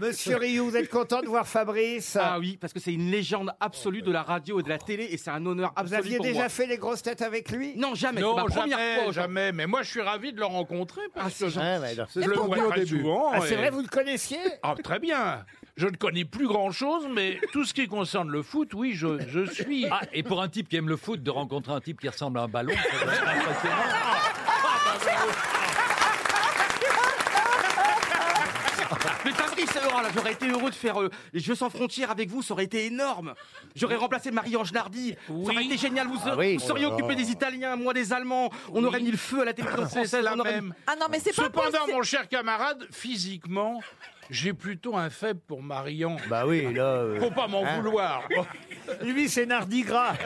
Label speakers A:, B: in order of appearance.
A: Monsieur Rioux, vous êtes content de voir Fabrice
B: Ah oui, parce que c'est une légende absolue de la radio et de la télé et c'est un honneur
A: Ah, Vous
B: absolu
A: aviez
B: pour
A: déjà
B: moi.
A: fait les grosses têtes avec lui
B: Non, jamais.
C: Non,
B: c'est ma première
C: jamais,
B: fois.
C: jamais. Mais moi, je suis ravi de le rencontrer parce que je, je
D: C'est
C: le vois
D: tendu au
C: très
D: début.
C: souvent.
A: Ah, c'est
C: et-
A: vrai, vous le connaissiez
C: Ah, très bien. Je ne connais plus grand-chose, mais tout ce qui concerne le foot, oui, je, je suis.
E: Ah, et pour un type qui aime le foot, de rencontrer un type qui ressemble à un ballon, c'est impressionnant.
B: Mais Fabrice, alors là, j'aurais été heureux de faire euh, les Jeux sans frontières avec vous, ça aurait été énorme. J'aurais remplacé Marie-Ange Nardi, ça aurait été génial. Vous,
C: Ah
B: vous seriez
C: Oh
B: occupé des Italiens, moi des Allemands. On aurait mis le feu à la télévision française.
C: C'est la
B: on aurait mis-
C: même.
F: Ah non, mais c'est pas
C: Cependant,
F: possible.
C: mon cher camarade, physiquement, j'ai plutôt un faible pour Marion.
D: Bah oui, là.
C: Faut pas m'en vouloir.
A: Lui, c'est Nardi Gras.